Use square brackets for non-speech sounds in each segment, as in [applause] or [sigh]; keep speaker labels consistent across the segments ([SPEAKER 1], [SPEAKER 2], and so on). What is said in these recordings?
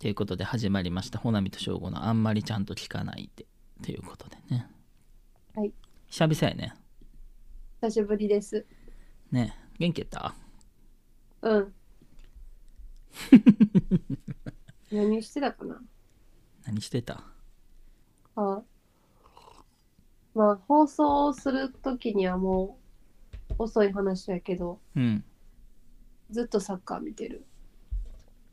[SPEAKER 1] ということで始まりました「ほなみとしょうごのあんまりちゃんと聞かないで」ということでね
[SPEAKER 2] はい
[SPEAKER 1] 久々やね
[SPEAKER 2] 久しぶりです。
[SPEAKER 1] ね元気やった
[SPEAKER 2] うん。何してたかな
[SPEAKER 1] 何してた
[SPEAKER 2] あまあ、放送するときにはもう遅い話やけど、
[SPEAKER 1] うん
[SPEAKER 2] ずっとサッカー見てる。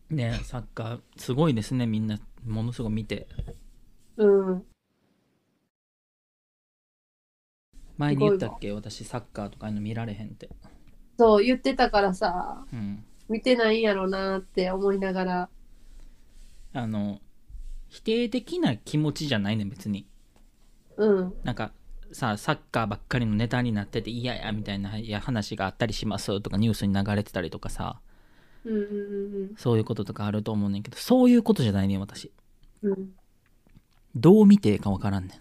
[SPEAKER 1] ねサッカーすごいですねみんなものすごい見て
[SPEAKER 2] うん。
[SPEAKER 1] 前に言ったっけ私サッカーとかああいうの見られへんって
[SPEAKER 2] そう、言ってたからさ、
[SPEAKER 1] うん
[SPEAKER 2] 見てないんやろなって思いながら。
[SPEAKER 1] あの否定的な気持ちじゃないね別に
[SPEAKER 2] うん。
[SPEAKER 1] なんかさサッカーばっかりのネタになってて嫌やみたいないや話があったりしますとかニュースに流れてたりとかさ
[SPEAKER 2] うんうん
[SPEAKER 1] そういうこととかあると思うねんけどそういうことじゃないねん私
[SPEAKER 2] うんうん。
[SPEAKER 1] どう見てええかわからんねん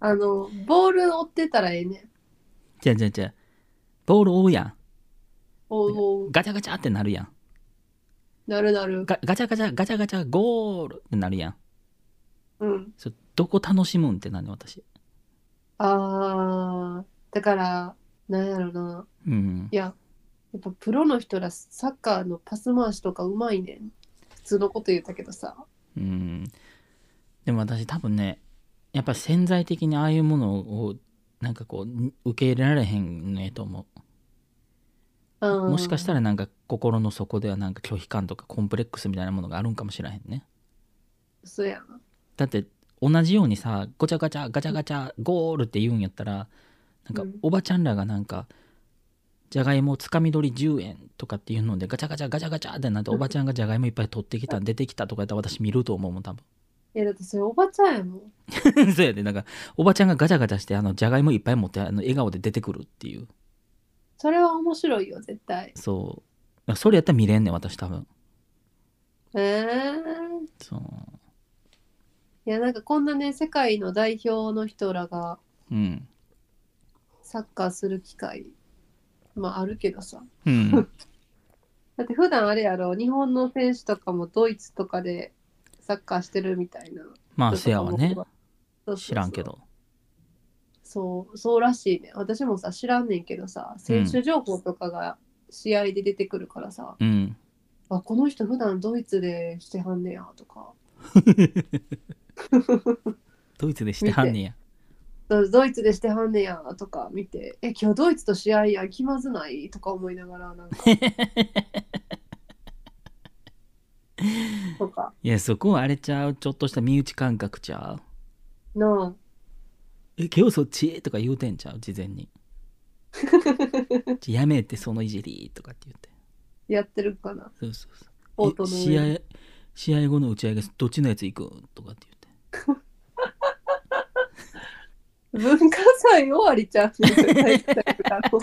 [SPEAKER 2] あの、ボール追ってたらええねん。
[SPEAKER 1] じゃじゃじゃボール追うやん
[SPEAKER 2] おうおう、
[SPEAKER 1] ガチャガチャってなるやん
[SPEAKER 2] なるなる。
[SPEAKER 1] ガガチャガチャガチャガチャゴールってなるやん
[SPEAKER 2] うん。
[SPEAKER 1] それどこ楽しむんってなんねん私
[SPEAKER 2] あー、だから、なんやろな。
[SPEAKER 1] うん
[SPEAKER 2] いや、やっぱプロの人らサッカーのパス回しとかうまいねん。普通のこと言ったけどさ。
[SPEAKER 1] うんでも私多分ねやっぱ潜在的にああいうものをなんかこう受け入れられへんねと思うも
[SPEAKER 2] も
[SPEAKER 1] しかした
[SPEAKER 2] ら。
[SPEAKER 1] らなんか心の底ではなんか拒否感とかコンプレックスみたいなものがあるんかもしれへんね。
[SPEAKER 2] そうやな。
[SPEAKER 1] だって同じようにさごちゃガチャガチャガチャゴールって言うんやったらなんか
[SPEAKER 2] うん
[SPEAKER 1] おばちゃんらがなんかじゃがいもつかみ取り10円とかっていうのでガチャガチャガチャガチャって
[SPEAKER 2] [laughs]
[SPEAKER 1] なっておばちゃんがじゃがいもいっぱい取ってきた出てきたとかやったら私見ると思うもん多分 [laughs]
[SPEAKER 2] いや、だってそれおばちゃんやもん。
[SPEAKER 1] そうやでなんかおばちゃんがガチャガチャしてあのじゃがいもいっぱい持ってあの笑顔で出てくるっていう
[SPEAKER 2] それは面白いよ、絶対。
[SPEAKER 1] そうそれやったら見れんねん私多分
[SPEAKER 2] えー。
[SPEAKER 1] そう
[SPEAKER 2] いや、なんかこんなね、世界の代表の人らが
[SPEAKER 1] うん
[SPEAKER 2] サッカーする機会、まああるけどさ。 [laughs]
[SPEAKER 1] うん
[SPEAKER 2] だって普段あれやろ、日本の選手とかもドイツとかでサッカーしてるみたいな。
[SPEAKER 1] まあせやわね
[SPEAKER 2] そうそうそう
[SPEAKER 1] 知らんけど
[SPEAKER 2] そう、そうらしいね。私もさ、知らんねんけどさ、選手情報とかが試合で出てくるからさ、
[SPEAKER 1] うん
[SPEAKER 2] あ、この人普段ドイツでしてはんねやとか、
[SPEAKER 1] ドイツでしてはんねや
[SPEAKER 2] ドドイツでしてはんねやとか見て、え、今日ドイツと試合や、気まずないとか思いながら、なんか。
[SPEAKER 1] [laughs]
[SPEAKER 2] とか、
[SPEAKER 1] いやそこはあれちゃうちょっとした身内感覚ちゃう
[SPEAKER 2] な
[SPEAKER 1] え今日そっちとか言うてんちゃう事前
[SPEAKER 2] [laughs]
[SPEAKER 1] にちょやめてそのいじりとかって言って
[SPEAKER 2] あ、やってるかな、
[SPEAKER 1] そうそうそう
[SPEAKER 2] コートの
[SPEAKER 1] え
[SPEAKER 2] 上
[SPEAKER 1] 試
[SPEAKER 2] に
[SPEAKER 1] 合試合後の打ち上げどっちのやつ行くとかって言って
[SPEAKER 2] 文化祭終わりちゃう
[SPEAKER 1] [laughs]
[SPEAKER 2] 体育祭とかこ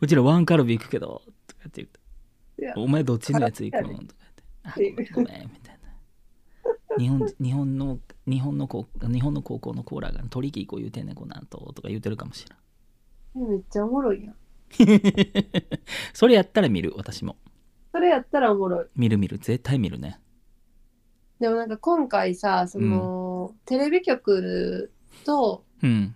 [SPEAKER 1] うちらワンカルビ行くけどとかって言って
[SPEAKER 2] いや
[SPEAKER 1] お前どっちのやつ行くのとかってあごめんごめんみたいな日本日本の日本の高日本の高校のコーラが取り行こう言うてんねんこなんととか言うてるかもしれん
[SPEAKER 2] うめっちゃおもろいやん。
[SPEAKER 1] [laughs] それやったら見る私も
[SPEAKER 2] それやったらおもろい。
[SPEAKER 1] 見る見る絶対見るね
[SPEAKER 2] でもなんか今回さその、テレビ局と
[SPEAKER 1] うん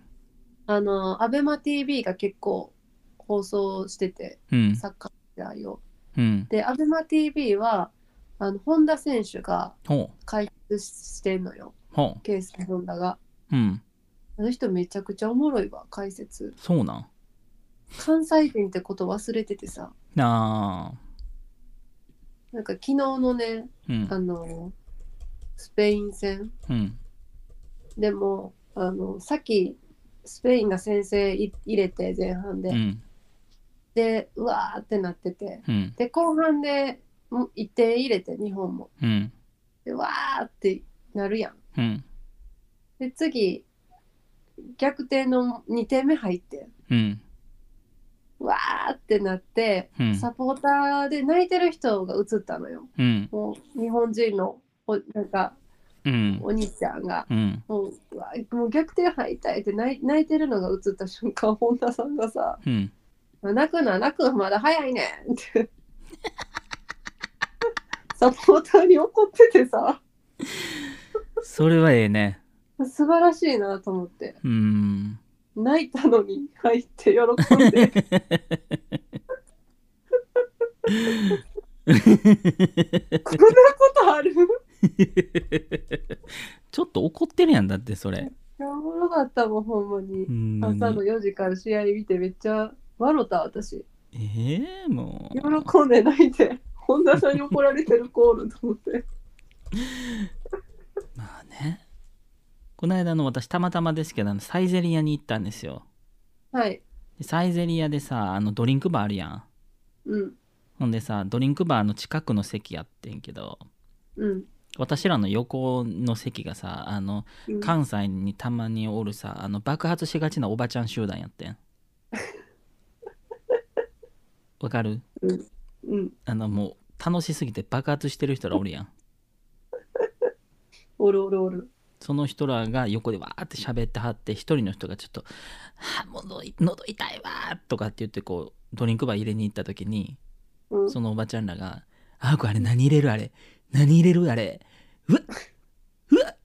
[SPEAKER 2] あの ABEMATV が結構放送してて
[SPEAKER 1] うん
[SPEAKER 2] サッカーの試合を。
[SPEAKER 1] うん
[SPEAKER 2] で ABEMATV はあの本田選手が
[SPEAKER 1] ほう
[SPEAKER 2] 解説してんのよ
[SPEAKER 1] ほ
[SPEAKER 2] ケースケ本田が。
[SPEAKER 1] ううん
[SPEAKER 2] あの人めちゃくちゃおもろいわ解説。
[SPEAKER 1] そうなん
[SPEAKER 2] 関西人ってこと忘れててさ
[SPEAKER 1] なあ
[SPEAKER 2] なんか昨日のね
[SPEAKER 1] うん
[SPEAKER 2] あのスペイン戦
[SPEAKER 1] うん
[SPEAKER 2] でもあのさっきスペインが先制い入れて前半で。
[SPEAKER 1] うん
[SPEAKER 2] でうわーってなってて
[SPEAKER 1] うん
[SPEAKER 2] で後半でもう1点入れて日本も
[SPEAKER 1] うん
[SPEAKER 2] でわーってなるやん
[SPEAKER 1] うん
[SPEAKER 2] で次逆転の2点目入って
[SPEAKER 1] うん
[SPEAKER 2] わーってなって
[SPEAKER 1] うん
[SPEAKER 2] サポーターで泣いてる人が映ったのよ
[SPEAKER 1] うん
[SPEAKER 2] もう日本人のおなんか
[SPEAKER 1] うん
[SPEAKER 2] お兄ちゃんが
[SPEAKER 1] うん
[SPEAKER 2] もううわーもう逆転敗退って泣い泣いてるのが映った瞬間本田さんがさ
[SPEAKER 1] うん
[SPEAKER 2] 泣くな、泣くんまだ早いねん
[SPEAKER 1] [laughs]
[SPEAKER 2] って。サポーターに怒っててさ、
[SPEAKER 1] それはええね。
[SPEAKER 2] 素晴らしいなと思って。
[SPEAKER 1] うん。 [laughs]
[SPEAKER 2] 泣いたのに入って喜んで。こんなことある
[SPEAKER 1] ちょっと怒ってるやんだってそれ。
[SPEAKER 2] い [laughs] やおもろかったもん、ほんまに
[SPEAKER 1] う。ん
[SPEAKER 2] 朝の4時から試合見てめっちゃ笑った、私。
[SPEAKER 1] ええもう。
[SPEAKER 2] 喜んで泣いて、本田さんに怒られてるコールと思 [laughs] って。
[SPEAKER 1] まあね。この間の私たまたまですけどあのサイゼリアに行ったんですよ。
[SPEAKER 2] はい。
[SPEAKER 1] でサイゼリアでさあのドリンクバーあるやん。
[SPEAKER 2] うん。
[SPEAKER 1] ほんでさドリンクバーの近くの席やってんけど
[SPEAKER 2] うん。
[SPEAKER 1] 私らの横の席がさあの
[SPEAKER 2] うん
[SPEAKER 1] 関西にたまにおるさあの爆発しがちなおばちゃん集団やってん。わかる
[SPEAKER 2] うん。
[SPEAKER 1] あのもう楽しすぎて爆発してる人らおるやん。
[SPEAKER 2] おるおるおる。
[SPEAKER 1] その人らが横でわーって喋ってはって一人の人がちょっと「はあ喉い喉痛いわー」とかって言ってこうドリンクバー入れに行った時に
[SPEAKER 2] うん。
[SPEAKER 1] そのおばちゃんらが「あーこれあれ何入れるあれ何入れるあれうわうわ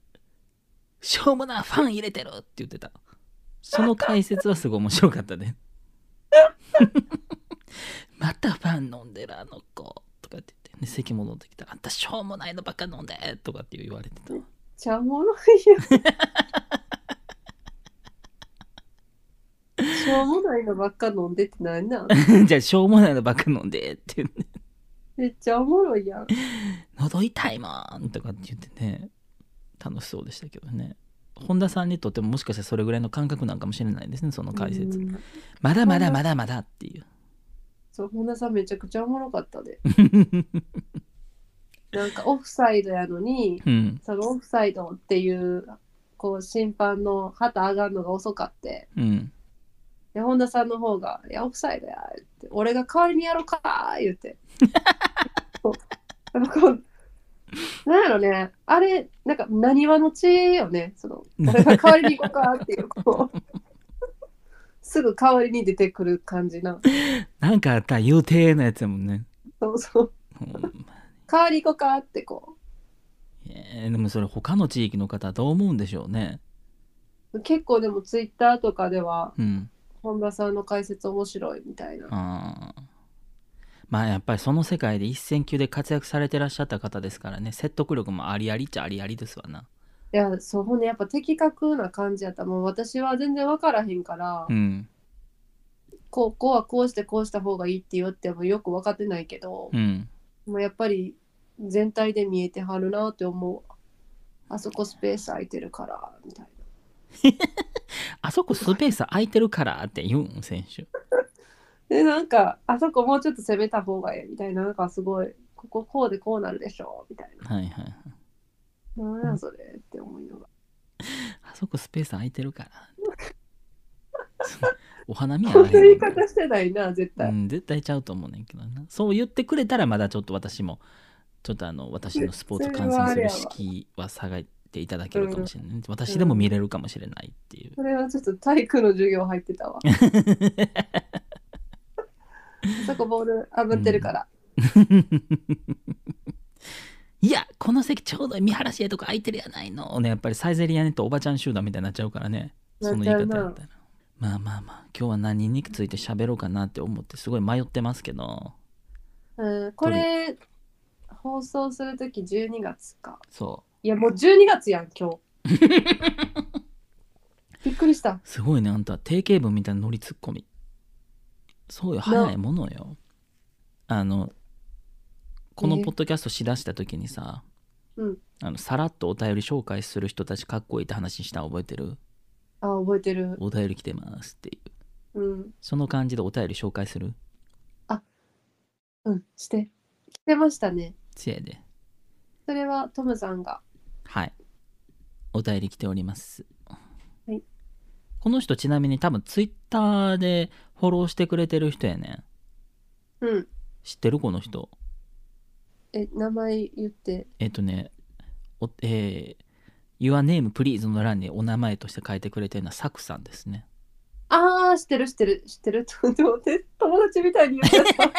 [SPEAKER 1] しょうもなファン入れてる」って言ってたその解説はすごい面白かったね [laughs] またファン飲んでるあの子とかって言って、ね、席戻ってきた「あんたしょうもないのばっか飲んで」とかって言われてた
[SPEAKER 2] ちゃおもろ [laughs] いやん。しょうもないのばっか飲んでってなんなん
[SPEAKER 1] [laughs] じゃあしょうもないのばっか飲んでって、ね、
[SPEAKER 2] めっちゃおもろいやん。
[SPEAKER 1] 喉痛いもんとかって言ってね楽しそうでしたけどね本田さんにとってももしかしたらそれぐらいの感覚なんかもしれないですねその解説
[SPEAKER 2] うん
[SPEAKER 1] まだまだまだまだって
[SPEAKER 2] [laughs]
[SPEAKER 1] いう
[SPEAKER 2] そう、本田さんめちゃくちゃおもろかったで。なんかオフサイドやのに、
[SPEAKER 1] うん
[SPEAKER 2] そのオフサイドっていう、こう審判の旗上がるのが遅かって、
[SPEAKER 1] うん
[SPEAKER 2] で、本田さんの方が、いや、オフサイドや、って、俺が代わりにやろうか、言って。そうなんかこうなんやろね、あれ、なんか、なにわの知恵よね、その、俺が代わりに行こうか、っていう、こう、すぐ代わりに出てくる感じな。
[SPEAKER 1] なんかあったら言うてえなやつやもんね
[SPEAKER 2] そうそう、
[SPEAKER 1] ほんま
[SPEAKER 2] 代わりに行こうか、ってこ
[SPEAKER 1] いやでもそれ他の地域の方はどう思うんでしょうね
[SPEAKER 2] う。結構でも、ツイッターとかでは、
[SPEAKER 1] うん
[SPEAKER 2] 本田さんの解説面白いみたいな。
[SPEAKER 1] あーまあやっぱりその世界で一線級で活躍されてらっしゃった方ですからね説得力もありありっちゃありありですわない
[SPEAKER 2] や、そうほんで、やっぱ的確な感じやった。もう私は全然わからへんから、
[SPEAKER 1] うん
[SPEAKER 2] こうこうはこうしてこうした方がいいって言ってもよく分かってないけど
[SPEAKER 1] う、ん
[SPEAKER 2] もうやっぱり全体で見えてはるなって思う。あそこスペース空いてるからみたい
[SPEAKER 1] あそこスペース空いてるからって言うん選手。
[SPEAKER 2] な。でなんかあそこもうちょっと攻めた方がいいみたいななんかすごいこここうでこうなるでしょみたい
[SPEAKER 1] はいはいはい。
[SPEAKER 2] な。なんやそれって思いながら。
[SPEAKER 1] あそこスペース空いてる
[SPEAKER 2] [laughs]
[SPEAKER 1] からって。お花見や
[SPEAKER 2] こん
[SPEAKER 1] な
[SPEAKER 2] な言い方してないな絶
[SPEAKER 1] う
[SPEAKER 2] 対。
[SPEAKER 1] ん、絶対ちゃうと思うねんけどな。そう言ってくれたらまだちょっと私も、ちょっとあの、私のスポーツ観戦する式は下げていただけるかもしれない、私でも見れるかもしれないっていう。
[SPEAKER 2] それはちょっと体育の授業入ってたわ。あそこボール炙ってるから。
[SPEAKER 1] [laughs] いや、この席ちょうど見晴らしええとこ空いてるやないの。ね、やっぱりサイゼリアネとおばちゃん集団みたいになっちゃうからね。その言い方や
[SPEAKER 2] な
[SPEAKER 1] っ
[SPEAKER 2] ん
[SPEAKER 1] たら。まあまあまあ、今日は何について喋ろうかなって思ってすごい迷ってますけど、
[SPEAKER 2] うん、これ放送するとき12月か。
[SPEAKER 1] そ
[SPEAKER 2] いやもう12月やん今
[SPEAKER 1] [laughs]
[SPEAKER 2] 日。びっくりした
[SPEAKER 1] う。。すごいね、あんた、定型文みたいなノリツッコミ。そうよ、
[SPEAKER 2] な
[SPEAKER 1] 早いものよ。あの、この
[SPEAKER 2] え
[SPEAKER 1] ポッドキャストしだした時にさ、
[SPEAKER 2] うん
[SPEAKER 1] あのさらっとお便り紹介する人たちかっこいいって話したの覚えてる
[SPEAKER 2] あ覚えてる。
[SPEAKER 1] お便り来てますっていう。
[SPEAKER 2] うん。
[SPEAKER 1] その感じでお便り紹介する
[SPEAKER 2] うん。して。来てましたね。
[SPEAKER 1] せいで。
[SPEAKER 2] それはトムさんが。
[SPEAKER 1] はい。お便り来ております。
[SPEAKER 2] はい
[SPEAKER 1] この人ちなみに多分ツイッターでフォローしてくれてる人やねん。
[SPEAKER 2] うん。
[SPEAKER 1] 知ってるこの人。
[SPEAKER 2] え名前言って。
[SPEAKER 1] えっ、とね、おえー、Your name please の欄にお名前として書いてくれてるのはサクさんですね。
[SPEAKER 2] ああー、知ってる、知ってる、知ってる。 [laughs] と思って、友達みたいに言っちゃった。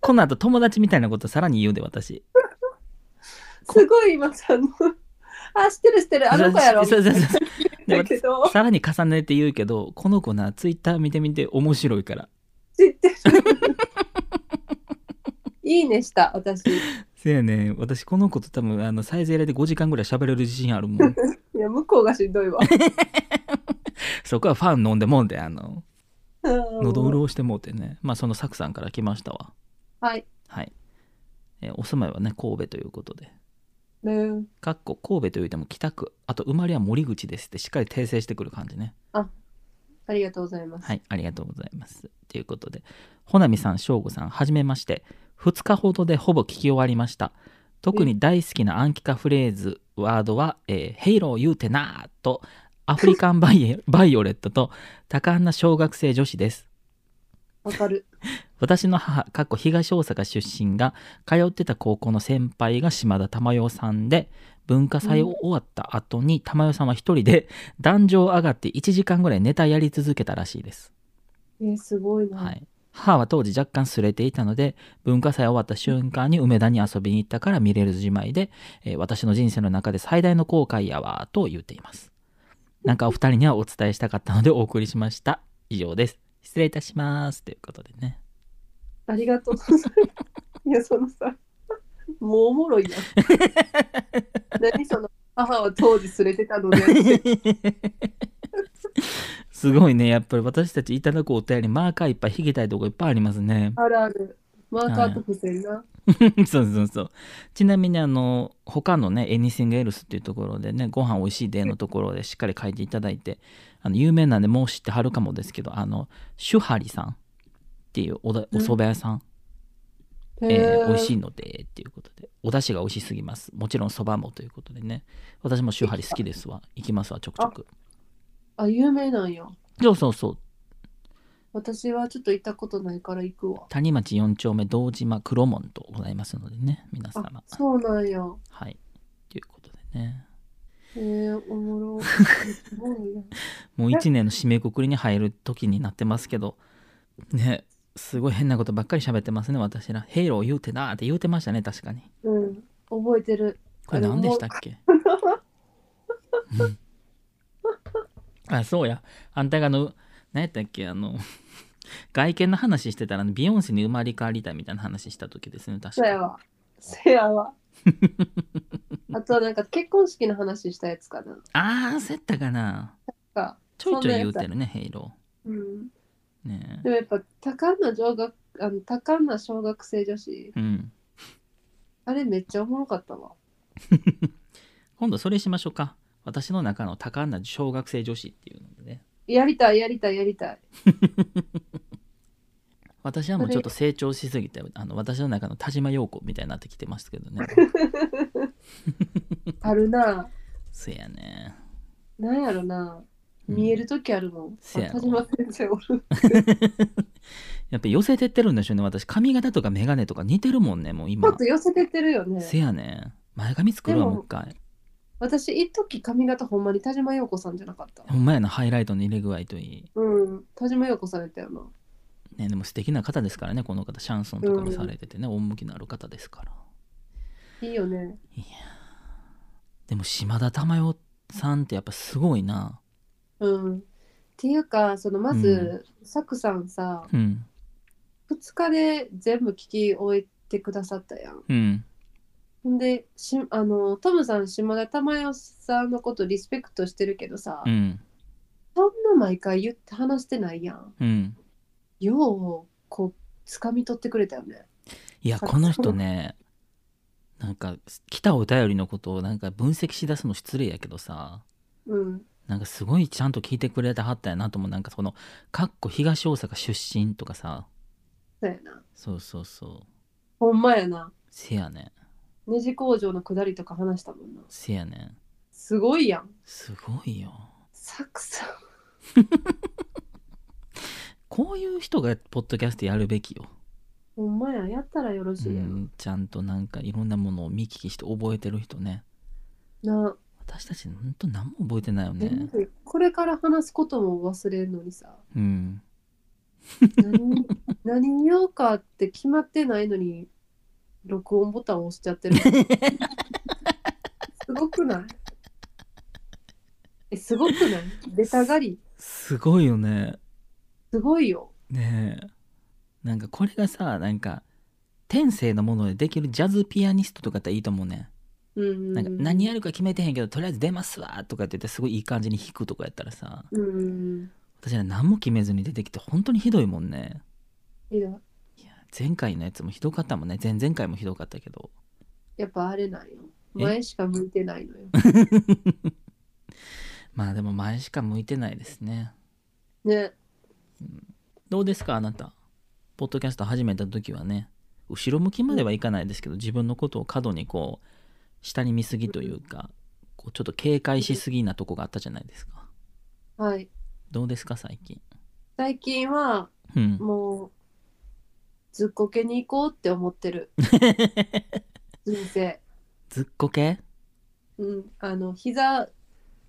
[SPEAKER 1] この後友達みたいなことさらに言うで私
[SPEAKER 2] [laughs] すごい今さ、あの、あー、知ってる、知ってる、あの子やろ。
[SPEAKER 1] そうそうそうそう
[SPEAKER 2] [laughs] だけど、
[SPEAKER 1] さらに重ねて言うけどこの子なツイッター見てみて面白いから
[SPEAKER 2] 知って
[SPEAKER 1] [laughs]
[SPEAKER 2] る。いいねした、私。い
[SPEAKER 1] せやねん私この子と多分あのサイズ入れて5時間ぐらい喋れる自信あるも
[SPEAKER 2] [laughs]
[SPEAKER 1] ん
[SPEAKER 2] や、向こうがしんどいわ。
[SPEAKER 1] そこはファン飲んでもんであの [laughs] 喉
[SPEAKER 2] 喉
[SPEAKER 1] 潤してもうてねまあそのサクさんから来ましたわ
[SPEAKER 2] はい。
[SPEAKER 1] はい、えーお住まいはね神戸ということで
[SPEAKER 2] ね
[SPEAKER 1] かっこ神戸というても北区あと生まれは森口ですってしっかり訂正してくる感じね
[SPEAKER 2] ありがとうございます。
[SPEAKER 1] はいありがとうございますということでほなみさんしょうごさんはじめまして2日ほどでほぼ聞き終わりました特に大好きな暗記化フレーズワードは「えーヘイロー言うてなー」と「アフリカンバイエバイオレット」と「多感な小学生女子」です
[SPEAKER 2] わかる。
[SPEAKER 1] 私の母過去東大阪出身が通ってた高校の先輩が島田珠代さんで文化祭を終わった後に珠代さんは一人で壇上上がって1時間ぐらいネタやり続けたらしいです、
[SPEAKER 2] えー、すごいな。
[SPEAKER 1] はい、母は当時若干すれていたので文化祭終わった瞬間に梅田に遊びに行ったから見れるじまいで、えー私の人生の中で最大の後悔やわと言っていますなんかお二人にはお伝えしたかったのでお送りしました以上です失礼いたしますということでね
[SPEAKER 2] ありがとうございます。いや、そのさ、もうおも
[SPEAKER 1] [laughs]
[SPEAKER 2] ろいな。何その、母は当時連れてたので、
[SPEAKER 1] [laughs] すごいねやっぱり私たちいただくお便りマーカーいっぱい引きたいとこいっぱいありますね
[SPEAKER 2] あるある。マーカーと付箋な。
[SPEAKER 1] [laughs] そうそうそうちなみにあの他のね「Anything Else」っていうところでね「ご飯おいしいで」のところでしっかり書いていただいてあの有名なんでもう知ってはるかもですけどあのシュハリさんっていうおだお蕎麦屋さんえー美味し
[SPEAKER 2] い。
[SPEAKER 1] いのでっていうことでお出汁が美味しすぎますもちろんそばもということでね私もシュハリ好きですわ行きますわちょくちょく
[SPEAKER 2] あ、有名なんよ。
[SPEAKER 1] そうそうそう
[SPEAKER 2] 私はちょっと行ったことないから行くわ。
[SPEAKER 1] 谷町4丁目堂島黒門とございますのでね皆
[SPEAKER 2] あ
[SPEAKER 1] 様、
[SPEAKER 2] そうなんや。
[SPEAKER 1] はいということでね
[SPEAKER 2] えー、おもろ。
[SPEAKER 1] [laughs]
[SPEAKER 2] すごいな。
[SPEAKER 1] もう1年の締めくくりに入る時になってますけどねすごい変なことばっかり喋ってますね私ら「ヘイロー言うてな」って言うてましたね確かに
[SPEAKER 2] うん、覚えてる。
[SPEAKER 1] これ何でしたっ
[SPEAKER 2] [laughs]
[SPEAKER 1] け、うんあそうやあんたがあの何やったっけあの外見の話してたらビヨンセに生まれ変わりたいみたいな話した時ですね確
[SPEAKER 2] せや
[SPEAKER 1] か
[SPEAKER 2] わ。せや
[SPEAKER 1] [laughs]
[SPEAKER 2] わ。あとなんか結婚式の話したやつかな。
[SPEAKER 1] ああそうやったかな
[SPEAKER 2] か
[SPEAKER 1] ちょいちょい言うてるねヘイロー
[SPEAKER 2] うん、
[SPEAKER 1] ね
[SPEAKER 2] でもやっぱ多感な小学あの多感な小学生女子
[SPEAKER 1] うん。
[SPEAKER 2] あれめっちゃおもろかったわ。
[SPEAKER 1] 今度それしましょうか。私の中の多感な小学生女子っていうのでね。
[SPEAKER 2] やりたいやりたいやりたい。
[SPEAKER 1] 私はもうちょっと成長しすぎて、あの私の中の田島陽子みたいになってきてますけど
[SPEAKER 2] [laughs]
[SPEAKER 1] ね。
[SPEAKER 2] あるな。
[SPEAKER 1] せやね。
[SPEAKER 2] なんやろな。
[SPEAKER 1] うん
[SPEAKER 2] 見える時あるもん。
[SPEAKER 1] せやろ
[SPEAKER 2] あ田島先生おる。
[SPEAKER 1] やっぱ寄せてってるんでしょうね。私、髪型とか眼鏡とか似てるもんね、もう
[SPEAKER 2] ちょっ
[SPEAKER 1] 今
[SPEAKER 2] と。寄せてってるよね。
[SPEAKER 1] せやね。前髪作るわ、
[SPEAKER 2] でも
[SPEAKER 1] もう一回。
[SPEAKER 2] 私一時髪型ほんまに田島陽子さんじゃなかった。
[SPEAKER 1] ほんまやな、ハイライトの入れ具合といい。
[SPEAKER 2] うん。田島陽子さんやったよな。
[SPEAKER 1] ね、でも素敵な方ですからね、この方。シャンソンとかもされててね、趣のある方ですから。
[SPEAKER 2] いいよね。
[SPEAKER 1] でも、島田珠代さんってやっぱすごいな。
[SPEAKER 2] うん。っていうかそのまず、サクさんさ
[SPEAKER 1] うん。
[SPEAKER 2] 2日で全部聞き終えてくださったやん。
[SPEAKER 1] うん。
[SPEAKER 2] ほんでしあのトムさん島田珠代さんのことリスペクトしてるけどさ、
[SPEAKER 1] うん。
[SPEAKER 2] そんな毎回言って話してないやん
[SPEAKER 1] うん。
[SPEAKER 2] ようこう掴み取ってくれたよね
[SPEAKER 1] いや
[SPEAKER 2] そう
[SPEAKER 1] この人ねなんか来たお便りのことをなんか分析しだすの失礼やけどさ
[SPEAKER 2] うん
[SPEAKER 1] なんかすごいちゃんと聞いてくれてはったやなと思うなんかその「かっこ東大阪出身」とかさ
[SPEAKER 2] そうやな
[SPEAKER 1] そうそうそう
[SPEAKER 2] ほんまやな
[SPEAKER 1] せやねん
[SPEAKER 2] ネジ工場の下りとか話したもんな
[SPEAKER 1] せやねん
[SPEAKER 2] すごいやん
[SPEAKER 1] すごいよ
[SPEAKER 2] サクさん
[SPEAKER 1] こういう人がポッドキャストやるべきよ、
[SPEAKER 2] ほんまややったらよろし
[SPEAKER 1] う
[SPEAKER 2] いやん、
[SPEAKER 1] ん、ちゃんとなんかいろんなものを見聞きして覚えてる人ね
[SPEAKER 2] な
[SPEAKER 1] 私たち本当何も覚えてないよね。
[SPEAKER 2] これから話すことも忘れるのにさ
[SPEAKER 1] うん。
[SPEAKER 2] 何何言おうかって決まってないのに録音ボタンを押しちゃってるすごくないえすごくない出たがり
[SPEAKER 1] すごいよね。
[SPEAKER 2] すごいよ
[SPEAKER 1] ねえ。なんかこれがさ、なんか天性のものでできるジャズピアニストとかだっていいと思うね
[SPEAKER 2] うんうん
[SPEAKER 1] ん。なんか何やるか決めてへんけど、とりあえず出ますわとかって言ってすごいいい感じに弾くとかやったらさ、
[SPEAKER 2] うんうん
[SPEAKER 1] 私ら何も決めずに出てきて本当にひどいもんね。
[SPEAKER 2] いや
[SPEAKER 1] いや前回のやつもひどかったもんね前々回もひどかったけど
[SPEAKER 2] やっぱあれなんよ
[SPEAKER 1] え
[SPEAKER 2] 前しか向いてないのよ
[SPEAKER 1] まあでも前しか向いてないですね
[SPEAKER 2] ね
[SPEAKER 1] どうですかあなたポッドキャスト始めた時はね後ろ向きまではいかないですけど自分のことを過度にこう下に見すぎというかこうちょっと警戒しすぎなとこがあったじゃないですか
[SPEAKER 2] はい
[SPEAKER 1] どうですか最近
[SPEAKER 2] 最近は [laughs]
[SPEAKER 1] うん
[SPEAKER 2] もうずっこけに行こうって思ってる人生
[SPEAKER 1] ずっこけ
[SPEAKER 2] うんあの膝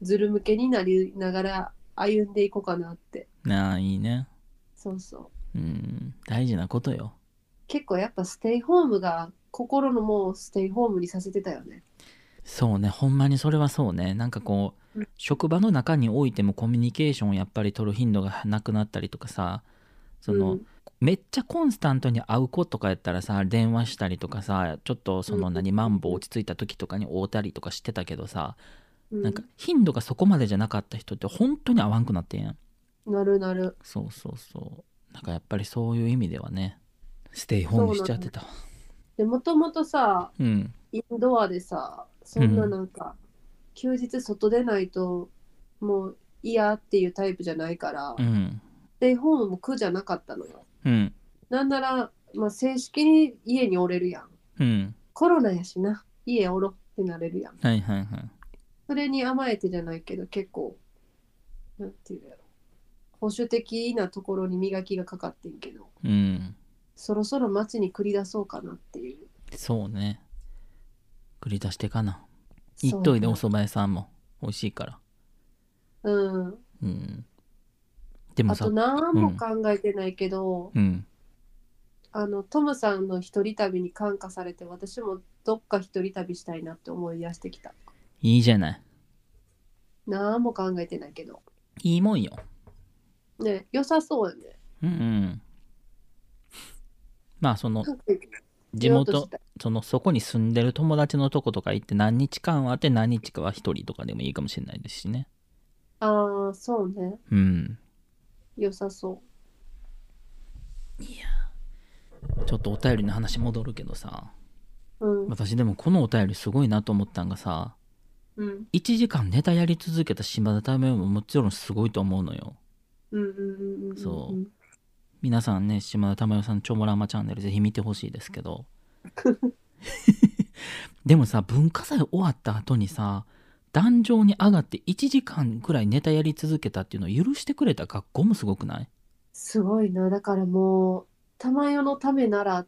[SPEAKER 2] ずる向けになりながら歩んでいこうかなって
[SPEAKER 1] なあいいね
[SPEAKER 2] そうそう
[SPEAKER 1] うん大事なことよ
[SPEAKER 2] 結構やっぱステイホームが心のもうステイホームにさせてたよね
[SPEAKER 1] そうねほんまにそれはそうねなんかこう、
[SPEAKER 2] うん
[SPEAKER 1] 職場の中においてもコミュニケーションをやっぱり取る頻度がなくなったりとかさその、
[SPEAKER 2] うん
[SPEAKER 1] めっちゃコンスタントに会う子とかやったらさ電話したりとかさちょっとその
[SPEAKER 2] うん
[SPEAKER 1] 何マンボウ落ち着いた時とかに会うたりとかしてたけどさ、
[SPEAKER 2] うん
[SPEAKER 1] なんか頻度がそこまでじゃなかった人って本当に会わんくなってんやん
[SPEAKER 2] なるなる
[SPEAKER 1] そうそうそうなんかやっぱりそういう意味ではねステイホームしちゃってた
[SPEAKER 2] でもともとさ
[SPEAKER 1] うん
[SPEAKER 2] インドアでさそんななんか、休日外出ないともう嫌っていうタイプじゃないから、
[SPEAKER 1] うん
[SPEAKER 2] ステイホームも苦じゃなかったのよ
[SPEAKER 1] うん
[SPEAKER 2] なんなら、まあ、正式に家におれるやん
[SPEAKER 1] うん
[SPEAKER 2] コロナやしな家おろってなれるやん
[SPEAKER 1] はいはいはい
[SPEAKER 2] それに甘えてじゃないけど結構なんていうんだろ保守的なところに磨きがかかってんけど
[SPEAKER 1] うん
[SPEAKER 2] そろそろ街に繰り出そうかなっていう
[SPEAKER 1] そうね繰り出してかな行っといでお
[SPEAKER 2] そ
[SPEAKER 1] 蕎麦屋さんも美味しいから
[SPEAKER 2] ううん
[SPEAKER 1] うんでも
[SPEAKER 2] あ
[SPEAKER 1] さ
[SPEAKER 2] と何も考えてないけど、
[SPEAKER 1] うん
[SPEAKER 2] あのトムさんの一人旅に感化されて私もどっか一人旅したいなって思い出してきた
[SPEAKER 1] いいじゃない
[SPEAKER 2] 何も考えてないけど
[SPEAKER 1] いいもんよ
[SPEAKER 2] ね良さそうよね
[SPEAKER 1] うん、うん、まあその
[SPEAKER 2] なんか
[SPEAKER 1] 地
[SPEAKER 2] 出ようとし
[SPEAKER 1] 元
[SPEAKER 2] た
[SPEAKER 1] そのそこに住んでる友達のとことか行って何日間はあって何日かは一人とかでもいいかもしれないですしね
[SPEAKER 2] ああそうね
[SPEAKER 1] うん
[SPEAKER 2] 良さそ
[SPEAKER 1] ちょっとお便りの話戻るけどさ
[SPEAKER 2] ううん、
[SPEAKER 1] 私でもこのお便りすごいなと思ったんがさ
[SPEAKER 2] うん
[SPEAKER 1] 1時間ネタやり続けた島田民生ももちろんすごいと思うのよ
[SPEAKER 2] うんうんうんうんうん
[SPEAKER 1] そ皆さんね島田珠代さんの「チョモランマチャンネル」ぜひ見てほしいですけ [laughs] どでもさ文化祭終わった後にさ壇上に上がって1時間くらいネタやり続けたっていうのを許してくれた学校もすごくない
[SPEAKER 2] すごいなだからもう玉代のためなら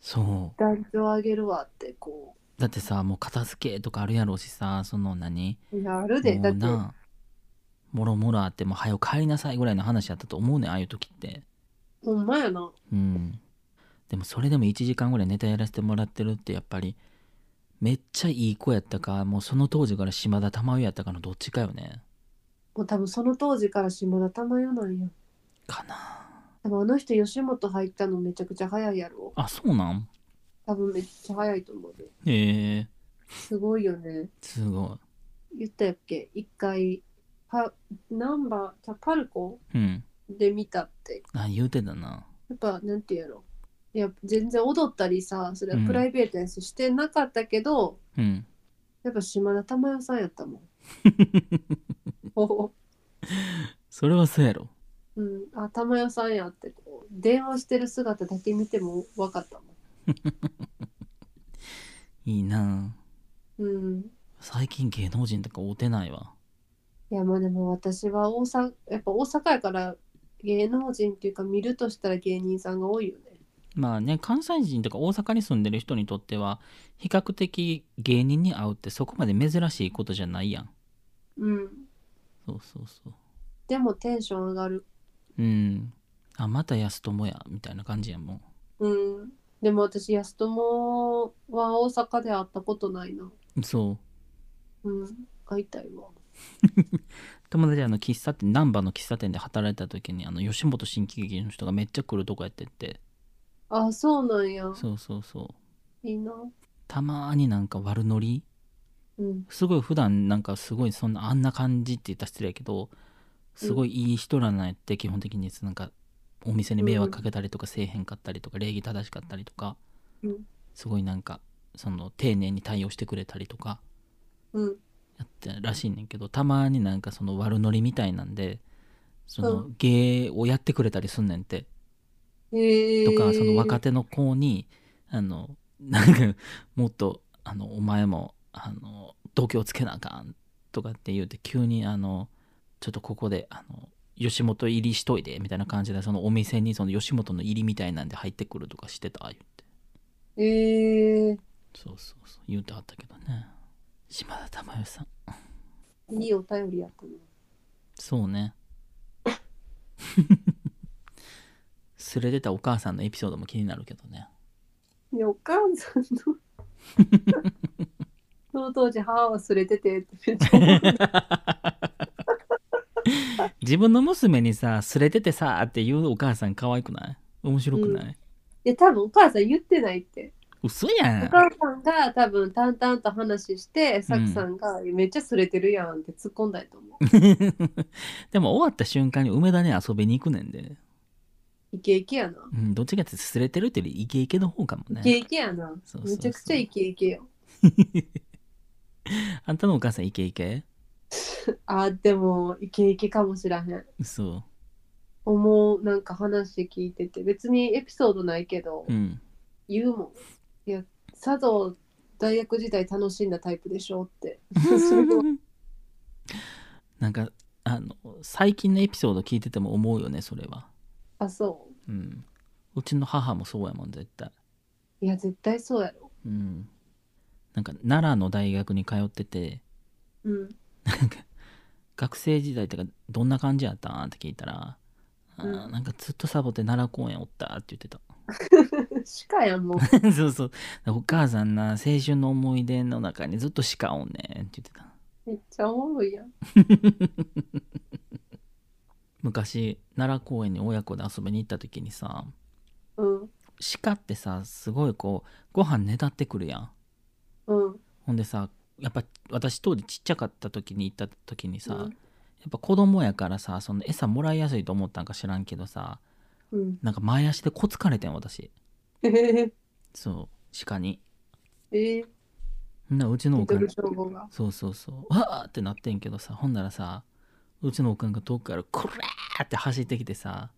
[SPEAKER 1] そう
[SPEAKER 2] 団長あげるわってこ
[SPEAKER 1] だってさもう片付けとかあるやろうしさその何
[SPEAKER 2] うやるで
[SPEAKER 1] も
[SPEAKER 2] だっ
[SPEAKER 1] う
[SPEAKER 2] て
[SPEAKER 1] なもろもろあってもう早く帰りなさいぐらいの話やったと思うねんああいう時って
[SPEAKER 2] ほんまやな
[SPEAKER 1] うん、でもそれでも1時間ぐらいネタやらせてもらってるってやっぱりめっちゃいい子やったかもうその当時から島田珠代やったかのどっちかよね
[SPEAKER 2] もう多分その当時から島田玉代なんや
[SPEAKER 1] かな
[SPEAKER 2] 多分あの人吉本入ったのめちゃくちゃ早いやろ
[SPEAKER 1] あそうなん
[SPEAKER 2] 多分めっちゃ早いと思うで
[SPEAKER 1] へえ
[SPEAKER 2] すごいよね
[SPEAKER 1] すご
[SPEAKER 2] 言ったやっけ一回パナンバーじゃパルコ
[SPEAKER 1] いうん
[SPEAKER 2] で見たって
[SPEAKER 1] あ言うてたな
[SPEAKER 2] やっぱなんていうのいや全然踊ったりさそれ
[SPEAKER 1] う
[SPEAKER 2] は
[SPEAKER 1] ん
[SPEAKER 2] プライベートやし、してなかったけど、
[SPEAKER 1] うん
[SPEAKER 2] やっぱ島田珠代さんや
[SPEAKER 1] [laughs]
[SPEAKER 2] ったもん。お
[SPEAKER 1] それはそうやろ
[SPEAKER 2] うん、あ珠代さんやってこう電話してる姿だけ見ても分かったも
[SPEAKER 1] いいなあ
[SPEAKER 2] ん。うん、
[SPEAKER 1] 最近芸能人とか会うてないわ
[SPEAKER 2] いやまあでも私は大阪やっぱ大阪やから芸能人っていうか見るとしたら芸人さんが多いよね。
[SPEAKER 1] まあね関西人とか大阪に住んでる人にとっては比較的芸人に会うってそこまで珍しいことじゃないやん
[SPEAKER 2] うん。
[SPEAKER 1] そうそうそう
[SPEAKER 2] でもテンション上がる。
[SPEAKER 1] うんあまた安友やみたいな感じやもん
[SPEAKER 2] うん。でも私、安友は大阪で会ったことないな。
[SPEAKER 1] そう
[SPEAKER 2] うん。会いたいわ。
[SPEAKER 1] 友達あの喫茶店難波の喫茶店で働いた時にあの吉本新喜劇の人がめっちゃ来るとこやってって
[SPEAKER 2] あ、そうなんや。
[SPEAKER 1] そうそうそう
[SPEAKER 2] いいな。
[SPEAKER 1] たまーになんか悪ノリ
[SPEAKER 2] うん。
[SPEAKER 1] すごい普段なんかすごいそんなあんな感じって言ったら失礼やけどすごいいい人らなんやって基本的になんかお店に迷惑かけたりとかせえへんかったりとか礼儀正しかったりとか
[SPEAKER 2] うん
[SPEAKER 1] すごいなんかその丁寧に対応してくれたりとか
[SPEAKER 2] うん。
[SPEAKER 1] やってらしいねんけどたまになんかその悪ノリみたいなんでその芸をやってくれたりすんねんて
[SPEAKER 2] へえ
[SPEAKER 1] とかその若手の子にあのなんかもっとあのお前もあの度胸つけなあかんとかって言うて急にあのちょっとここであの吉本入りしといてみたいな感じでそのお店にその吉本の入りみたいなんで入ってくるとかしてた言って
[SPEAKER 2] へえ
[SPEAKER 1] そうそうそう言うてあったけどね島田珠代さん
[SPEAKER 2] いいお便りやったな。
[SPEAKER 1] そうね [laughs] 連れてたお母さんのエピソードも気になるけど
[SPEAKER 2] [laughs]
[SPEAKER 1] ね
[SPEAKER 2] いや、お母さん
[SPEAKER 1] [laughs]
[SPEAKER 2] のその当時母は連れててってめっちゃ思う
[SPEAKER 1] 自分の娘にさ「すれててさ」って言うお母さん可愛くない面白くない、
[SPEAKER 2] いや多分お母さん言ってないって
[SPEAKER 1] 嘘や
[SPEAKER 2] お
[SPEAKER 1] ん
[SPEAKER 2] 母さんが多分淡々と話してさくさんがめっちゃすれてるやんって突っ込んだり
[SPEAKER 1] [laughs]
[SPEAKER 2] と思う
[SPEAKER 1] [laughs] でも終わった瞬間に梅田に遊びに行くねんで、
[SPEAKER 2] イケイケやな
[SPEAKER 1] うん、どっちかってすれてるっていうよりイケイケの方かも
[SPEAKER 2] イケイ
[SPEAKER 1] ね
[SPEAKER 2] ケやな
[SPEAKER 1] そうそうそう
[SPEAKER 2] めちゃくちゃイケイケよ
[SPEAKER 1] あんたのお母さんイケイケ
[SPEAKER 2] あーでもイケイケかもしらへん
[SPEAKER 1] そ
[SPEAKER 2] 思うなんか話聞いてて別にエピソードないけど
[SPEAKER 1] ううん
[SPEAKER 2] 言うもんいや佐藤大学時代楽しんだタイプでしょってそれは
[SPEAKER 1] [laughs] なんかあの最近のエピソード聞いてても思うよねそれは
[SPEAKER 2] あそう
[SPEAKER 1] うんうちの母もそうやもん絶対
[SPEAKER 2] いや、絶対そうやろ。
[SPEAKER 1] うんなんか奈良の大学に通ってて、
[SPEAKER 2] うん。
[SPEAKER 1] なんか学生時代とかどんな感じやったんって聞いたら、あー
[SPEAKER 2] うん
[SPEAKER 1] なんかずっとサボって奈良公園おったって言ってた [laughs]
[SPEAKER 2] 鹿やん、もう。
[SPEAKER 1] そうそうお母さんな青春の思い出の中にずっと鹿おんねんって言ってた
[SPEAKER 2] めっちゃおもろいやん。
[SPEAKER 1] [laughs] 昔奈良公園に親子で遊びに行った時にさ
[SPEAKER 2] うん。
[SPEAKER 1] 鹿ってさすごいこうご飯ねだってくるやん
[SPEAKER 2] うん。
[SPEAKER 1] ほんでさやっぱ私当時ちっちゃかった時に行った時にさ、
[SPEAKER 2] うん
[SPEAKER 1] やっぱ子供やからさその餌もらいやすいと思ったんか知らんけどさ
[SPEAKER 2] うん。 [laughs]
[SPEAKER 1] なんか前足でこつかれてん私
[SPEAKER 2] えー、
[SPEAKER 1] そう鹿に
[SPEAKER 2] えー、
[SPEAKER 1] ほんならうちの
[SPEAKER 2] リ
[SPEAKER 1] お
[SPEAKER 2] ト
[SPEAKER 1] かん
[SPEAKER 2] ル称号が。
[SPEAKER 1] そうそうそうわーってなってんけどさほんならさうちのおかんが遠くからこらーって走ってきてさ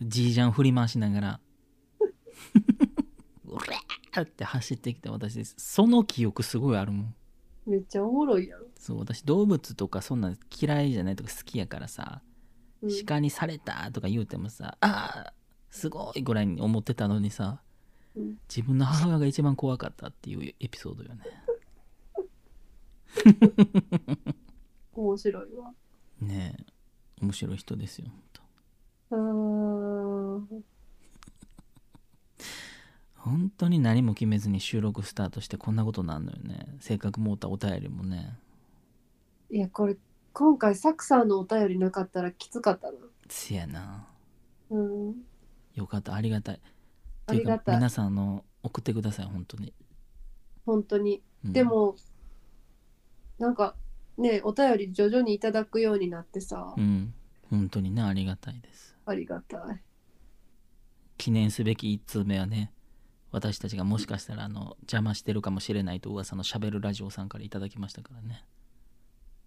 [SPEAKER 1] じいちゃん振り回しながらうらーって走ってきて私その記憶すごいあるもん
[SPEAKER 2] めっちゃおもろいやん。
[SPEAKER 1] そう私動物とかそんなん嫌いじゃないとか好きやからさ、
[SPEAKER 2] うん、
[SPEAKER 1] 鹿にされたとか言うてもさあーすごいぐらいに思ってたのにさ、
[SPEAKER 2] うん
[SPEAKER 1] 自分の母親が一番怖かったっていうエピソードよね
[SPEAKER 2] 面白いわ。
[SPEAKER 1] ねえ面白い人ですよほんと
[SPEAKER 2] あー
[SPEAKER 1] 本当に何も決めずに収録スタートしてこんなことなんのよね性格モーターお便りもね
[SPEAKER 2] いや、これ、今回、サクさんのお便りなかったらきつかったな。
[SPEAKER 1] せやな
[SPEAKER 2] うん。
[SPEAKER 1] よかったありがたい
[SPEAKER 2] あり
[SPEAKER 1] ってい
[SPEAKER 2] が
[SPEAKER 1] うか
[SPEAKER 2] たい。
[SPEAKER 1] 皆さんあの送ってください本当に、
[SPEAKER 2] 本当に。
[SPEAKER 1] うん
[SPEAKER 2] でも、なんか、ね、お便り徐々にいただくようになってさ、
[SPEAKER 1] うん本当にねありがたいです
[SPEAKER 2] ありがたい。
[SPEAKER 1] 記念すべき1通目はね私たちがもしかしたらあの邪魔してるかもしれないと噂のしゃべるラジオさんからいただきましたからね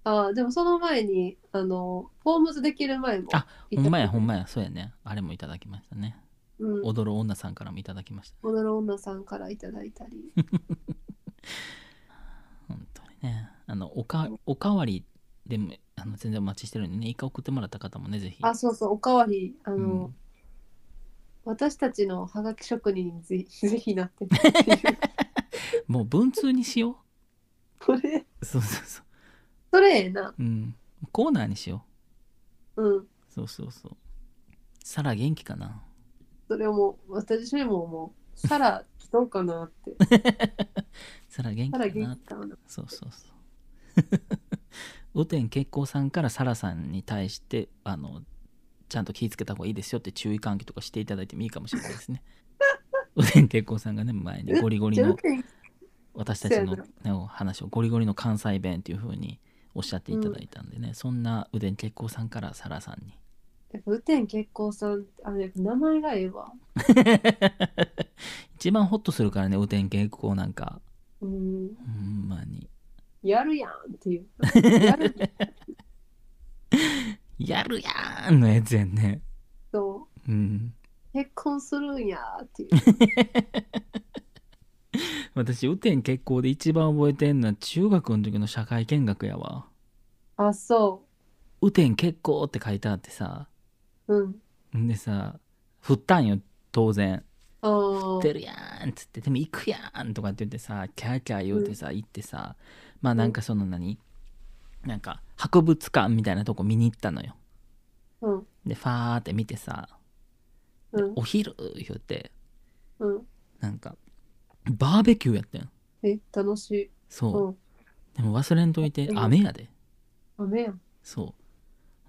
[SPEAKER 2] ああ、でもその前に、あの、フォームズできる前も。
[SPEAKER 1] あほんまやほん
[SPEAKER 2] ま。
[SPEAKER 1] まやそうやねあれもいただきましたね
[SPEAKER 2] うん。
[SPEAKER 1] 踊る女さんからもいただきました
[SPEAKER 2] 踊る女さんからいただいたり。
[SPEAKER 1] 本当にねあのおかおかわりでもあの全然お待ちしてるんでね一回送ってもらった方もねぜひ
[SPEAKER 2] あ、そうそう、おかわり、あの、
[SPEAKER 1] うん
[SPEAKER 2] 私たちのハガキ職人にぜ
[SPEAKER 1] [laughs]
[SPEAKER 2] ひぜひなって [laughs] っていう
[SPEAKER 1] もう文通にしよ
[SPEAKER 2] これ
[SPEAKER 1] う [laughs] そうそうそ
[SPEAKER 2] それええな
[SPEAKER 1] ううんコーナーにしよ
[SPEAKER 2] うん
[SPEAKER 1] うそうそうそうサラ元気かな
[SPEAKER 2] それをもう私ももうサラどうかなって
[SPEAKER 1] [laughs] サラ元気
[SPEAKER 2] サ
[SPEAKER 1] か
[SPEAKER 2] ラ
[SPEAKER 1] な
[SPEAKER 2] 元気かな
[SPEAKER 1] そうそう [laughs] そう。雨天結構さんからサラさんに対してあのちゃんと気ぃつけた方がいいですよって注意喚起とかしていただいてもいいかもしれないです
[SPEAKER 2] [laughs]
[SPEAKER 1] ね。雨天結構さんがね前にゴリゴリ
[SPEAKER 2] じゃあ
[SPEAKER 1] の私たちの、ね、お話をゴリゴリの関西弁っていう風におっしゃっていただいたんでね、そんな雨天結構さんからサラさんに。 [laughs]
[SPEAKER 2] やっぱ雨天結構さんあやっぱ名前がええわ
[SPEAKER 1] 一番ホッとするからね雨天結構なんか
[SPEAKER 2] うん
[SPEAKER 1] ほんまに。
[SPEAKER 2] やるやんって
[SPEAKER 1] [laughs]
[SPEAKER 2] いうやる
[SPEAKER 1] やるやーんのやつやんね。
[SPEAKER 2] と
[SPEAKER 1] うん。
[SPEAKER 2] 結婚するんやっていう
[SPEAKER 1] 私雨天結構で一番覚えてんのは中学の時の社会見学やわ
[SPEAKER 2] あそ
[SPEAKER 1] 雨天結構って書いてあってさ
[SPEAKER 2] ううん
[SPEAKER 1] んでさ振ったんよ当然「
[SPEAKER 2] あー
[SPEAKER 1] 出るやん」っつって「でも行くやん」とかって言ってさキャーキャー言うてさ、行ってさまあなんかその何なんか博物館みたいなとこ見に行ったのよ
[SPEAKER 2] うん
[SPEAKER 1] でファーって見てさ
[SPEAKER 2] うん
[SPEAKER 1] 「お昼」言って
[SPEAKER 2] うん
[SPEAKER 1] なんかバーベキューやってん
[SPEAKER 2] え楽しい
[SPEAKER 1] そう、
[SPEAKER 2] うん
[SPEAKER 1] でも忘れんといて雨やで
[SPEAKER 2] 雨やん
[SPEAKER 1] そう。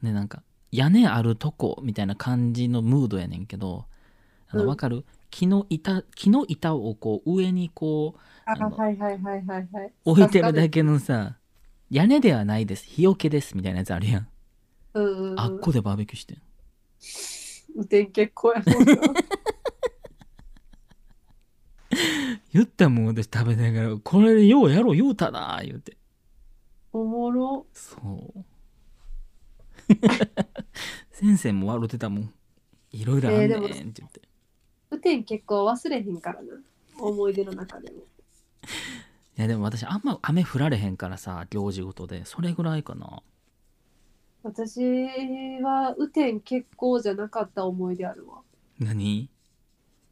[SPEAKER 1] で、なんか、屋根あるとこみたいな感じのムードやねんけど、あ
[SPEAKER 2] う
[SPEAKER 1] の、
[SPEAKER 2] ん
[SPEAKER 1] わかる木の板、木の板をこう上にこ
[SPEAKER 2] あ
[SPEAKER 1] あの
[SPEAKER 2] はいはいはいはいはいう
[SPEAKER 1] 置いてるだけのさ、屋根ではないです。日よけです。みたいなやつあるやん。
[SPEAKER 2] うんうんうん
[SPEAKER 1] あっこでバーベキューしてん。
[SPEAKER 2] 雨天結構やもんな [laughs]
[SPEAKER 1] 言ったもん私食べながら、これでようやろう言うたな言うて。
[SPEAKER 2] おもろ [laughs]
[SPEAKER 1] そう。先生も笑ってたもん。いろいろあんねんって言って。
[SPEAKER 2] 雨天結構忘れへんからな思い出の中でも
[SPEAKER 1] いやでも私あんま雨降られへんからさ行事ごとでそれぐらいかな
[SPEAKER 2] 私は雨天結構じゃなかった思い出あるわ
[SPEAKER 1] 何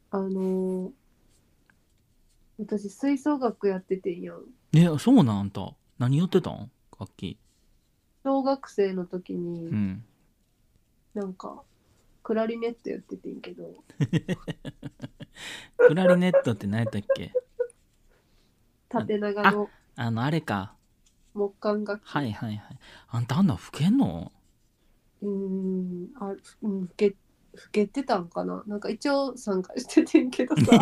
[SPEAKER 2] あのー私吹奏楽やっててんやん
[SPEAKER 1] えそうなんあんた何やってたん楽器
[SPEAKER 2] 小学生の時に、
[SPEAKER 1] うん
[SPEAKER 2] なんかクラリネットやっててんけど
[SPEAKER 1] クラリネットって何やったっけ
[SPEAKER 2] 縦長の
[SPEAKER 1] あのあれか
[SPEAKER 2] 木管楽器
[SPEAKER 1] はいはいはいあんたあんな老けんの
[SPEAKER 2] うーんあうん老け老けてたんかななんか一応参加しててんけど
[SPEAKER 1] [laughs]
[SPEAKER 2] さ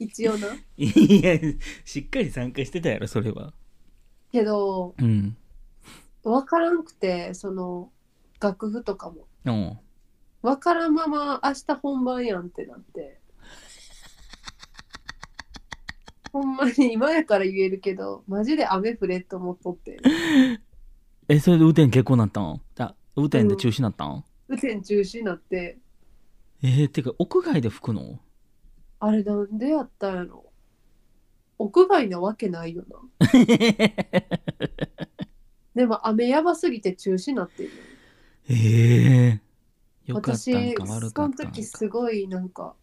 [SPEAKER 2] 一応ない
[SPEAKER 1] やしっかり参加してたやろそれは
[SPEAKER 2] けど
[SPEAKER 1] うん
[SPEAKER 2] 分からんくてその楽譜とかも
[SPEAKER 1] うん
[SPEAKER 2] 分からんまま明日本番やんってなってほんまに今やから言えるけどマジで雨降れと思っとって
[SPEAKER 1] えそれで雨天結構なったんあ雨天で中止になったん、
[SPEAKER 2] 雨天中止になって
[SPEAKER 1] えー、てか屋外で吹く [laughs] の
[SPEAKER 2] あれなんでやったんやろ屋外なわけないよなでも雨やばすぎて中止になってるよ
[SPEAKER 1] ええよかった
[SPEAKER 2] 私
[SPEAKER 1] んか悪か
[SPEAKER 2] そ
[SPEAKER 1] っ
[SPEAKER 2] の
[SPEAKER 1] たんか
[SPEAKER 2] 時すごいなんか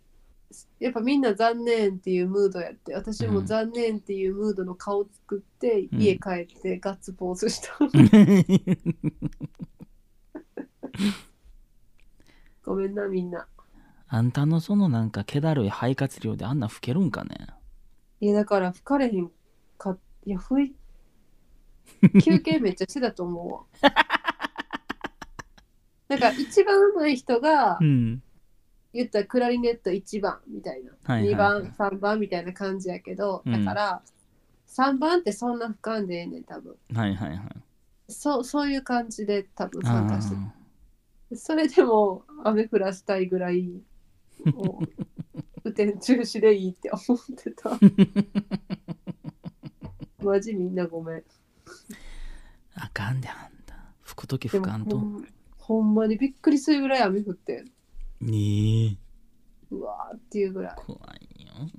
[SPEAKER 2] やっぱみんな残念っていうムードやって私も残念っていうムードの顔作って、
[SPEAKER 1] うん
[SPEAKER 2] 家帰ってガッツポーズした、ごめんなみんな
[SPEAKER 1] [laughs] あんたのそのなんか気だるい肺活量であんな老けるんかね
[SPEAKER 2] いやだから吹かれへんかいや吹い休憩めっちゃしてたと思うわ
[SPEAKER 1] [laughs]
[SPEAKER 2] なんか一番上手い人が
[SPEAKER 1] ん
[SPEAKER 2] 言ったらクラリネット1番みたいな、
[SPEAKER 1] はいはいは
[SPEAKER 2] 2
[SPEAKER 1] い
[SPEAKER 2] 番3番みたいな感じやけど、
[SPEAKER 1] うん
[SPEAKER 2] だから3番ってそんな不んでええねん多分
[SPEAKER 1] はいはいはい
[SPEAKER 2] そうそういう感じで多分参加して
[SPEAKER 1] あ
[SPEAKER 2] たそれでも雨降らしたいぐらいもう雨天中止でいいって思っ
[SPEAKER 1] [laughs]
[SPEAKER 2] てたマジみんなごめん
[SPEAKER 1] ーあかんであんた吹く時
[SPEAKER 2] で
[SPEAKER 1] 吹
[SPEAKER 2] も
[SPEAKER 1] かん
[SPEAKER 2] ほ
[SPEAKER 1] と
[SPEAKER 2] んほんまにびっくりするぐらい雨降って
[SPEAKER 1] ねえ
[SPEAKER 2] うわーっていうぐらい
[SPEAKER 1] 怖いよ本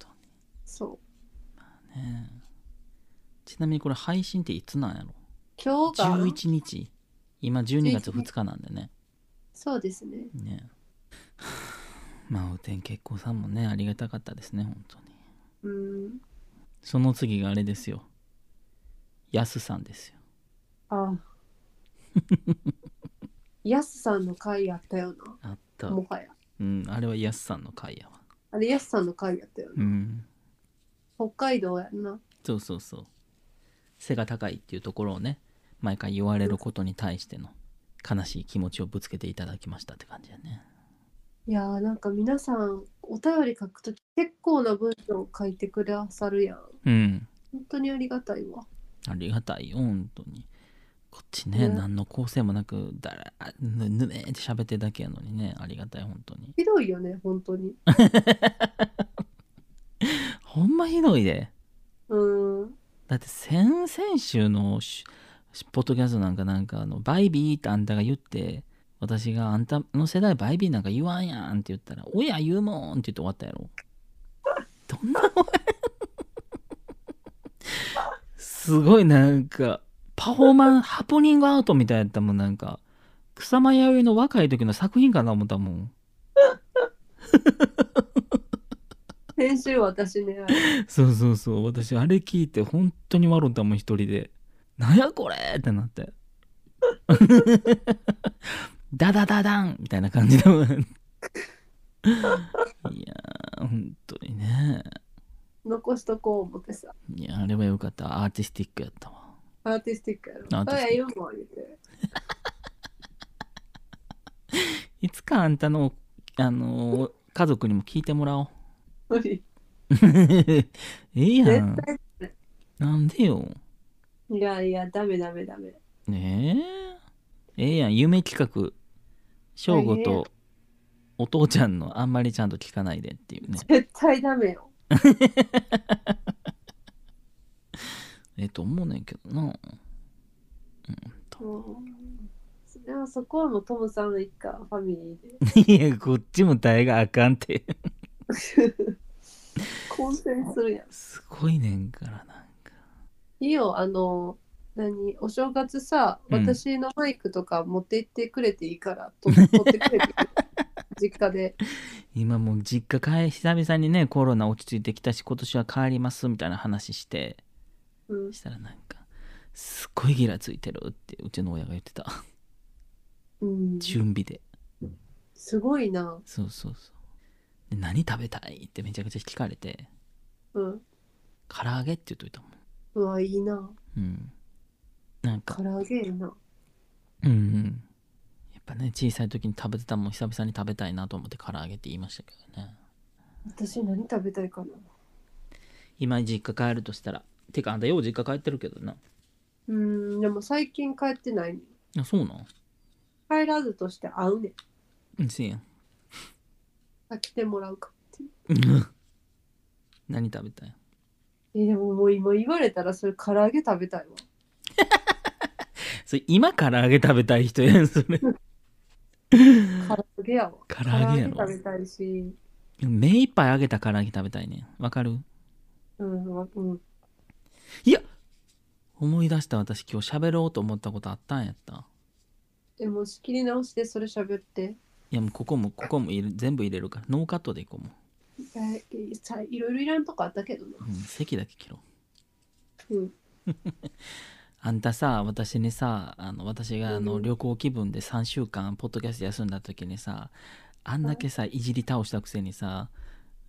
[SPEAKER 1] 当
[SPEAKER 2] そう
[SPEAKER 1] ねちなみにこれ配信っていつなんやろ
[SPEAKER 2] 今日が
[SPEAKER 1] 11日今12月2日なんでね
[SPEAKER 2] そうですね
[SPEAKER 1] ね [sighs] まあお天結構さんもねありがたかったですね本当に
[SPEAKER 2] うん。
[SPEAKER 1] その次があれですよやすさんですよ
[SPEAKER 2] ああ。ヤスさんの回やったよ
[SPEAKER 1] あった
[SPEAKER 2] な、もはや。
[SPEAKER 1] うんあれはやすさんの回やわ
[SPEAKER 2] あれ、ヤスさんの回やったよ
[SPEAKER 1] う
[SPEAKER 2] な。
[SPEAKER 1] ん
[SPEAKER 2] 北海道やんな。
[SPEAKER 1] そうそうそう背が高いっていうところをね毎回言われることに対しての悲しい気持ちをぶつけていただきましたって感じやね
[SPEAKER 2] いやーなんか皆さんお便り書くとき結構な文章を書いてくださるやん。
[SPEAKER 1] うん
[SPEAKER 2] 本当にありがたいわ。
[SPEAKER 1] ありがたいよ本当にこっちね、
[SPEAKER 2] ね
[SPEAKER 1] 何の構成もなくだらぬぬめーって喋ってるだけやのにねありがたい本当に
[SPEAKER 2] ひどいよね、本当に。
[SPEAKER 1] ほんまひどいで
[SPEAKER 2] うーん。
[SPEAKER 1] だって先々週のしポッドキャストなんかなんかあのバイビーってあんたが言って私があんたの世代バイビーなんか言わんやんって言ったら親言うもんって言って終わったやろどんなお前すごいなんかパフォーマンハプニングアウトみたいやったもんなんか草間彌生の若い時の作品かな思ったもん
[SPEAKER 2] 先週私ね、あれ
[SPEAKER 1] そうそうそう私あれ聞いて本当に笑ったもん一人で「なんやこれ!」ってなって [laughs] 「ダダダダン!」みたいな感じで [laughs] いやー本当にね
[SPEAKER 2] 残しとこう思ってさ、
[SPEAKER 1] いやあれはよかったアーティスティックやったわ
[SPEAKER 2] アーティスティックやろ。
[SPEAKER 1] アーティスティック
[SPEAKER 2] あいや、言うもん言って。
[SPEAKER 1] いつかあんたのあのー家族にも聞いてもらおう [laughs]
[SPEAKER 2] 無理。
[SPEAKER 1] ええやん
[SPEAKER 2] 絶対。
[SPEAKER 1] なんでよ
[SPEAKER 2] いやいや、ダメダメダメ。
[SPEAKER 1] ねえええやん夢企画翔吾とお父ちゃんのあんまりちゃんと聞かないでっていうね
[SPEAKER 2] 絶対ダメよ。
[SPEAKER 1] ええと思うねんけどな
[SPEAKER 2] うん。それはそこはもうトムさんの一家、ファミリーで。
[SPEAKER 1] [laughs] いやこっちも耐えがあかんって
[SPEAKER 2] 混戦するやん。
[SPEAKER 1] すごいねんからなんか
[SPEAKER 2] いいよ、あの、何、お正月さ、
[SPEAKER 1] うん
[SPEAKER 2] 私のマイクとか持って行ってくれていいから、と取って
[SPEAKER 1] [laughs]
[SPEAKER 2] くれていい実家で。
[SPEAKER 1] 今もう実家帰久々にねコロナ落ち着いてきたし今年は帰りますみたいな話して
[SPEAKER 2] うん、
[SPEAKER 1] したらなんかすっごいギラついてるってうちの親が言ってた
[SPEAKER 2] うん、
[SPEAKER 1] 準備です
[SPEAKER 2] ごいな。
[SPEAKER 1] そうそうそうで何食べたいってめちゃくちゃ聞かれて
[SPEAKER 2] うん。
[SPEAKER 1] 唐揚げって言っといたもん
[SPEAKER 2] うわ、いいな。
[SPEAKER 1] うんなんか
[SPEAKER 2] 唐揚げやな。
[SPEAKER 1] うんうんやっぱね小さい時に食べてたもん久々に食べたいなと思って唐揚げって言いましたけどね
[SPEAKER 2] 私何食べたいかな。
[SPEAKER 1] 今実家帰るとしたらてかあんたよう実家帰ってるけどな
[SPEAKER 2] うん、でも最近帰ってない、ね。
[SPEAKER 1] あそうなん
[SPEAKER 2] 帰らずとして会うね。
[SPEAKER 1] うんせ [laughs] やん
[SPEAKER 2] あ来てもらうかっていう。
[SPEAKER 1] 何食べたい
[SPEAKER 2] えでももう今言われたらそれ唐揚げ食べたいわ。
[SPEAKER 1] それ今唐揚げ食べたい人やん [laughs] それ
[SPEAKER 2] 唐揚げやわ。
[SPEAKER 1] 唐揚げやろ
[SPEAKER 2] 唐揚げ食べたいし、
[SPEAKER 1] 目いっぱい揚げた唐揚げ食べたいねんわかる
[SPEAKER 2] うん、わうん。
[SPEAKER 1] いや思い出した私今日喋ろうと思ったことあったんやった
[SPEAKER 2] え、もう仕切り直してそれ喋って。
[SPEAKER 1] いやもうここもここも入れ全部入れるからノーカットでいこうも
[SPEAKER 2] えさいろいろいらんとこあったけどな。
[SPEAKER 1] う、うん、席だけ切ろう
[SPEAKER 2] うん。
[SPEAKER 1] あんたさ私にさあの私があの
[SPEAKER 2] うん
[SPEAKER 1] 旅行気分で3週間ポッドキャスト休んだ時にさあんだけさいじり倒したくせにさ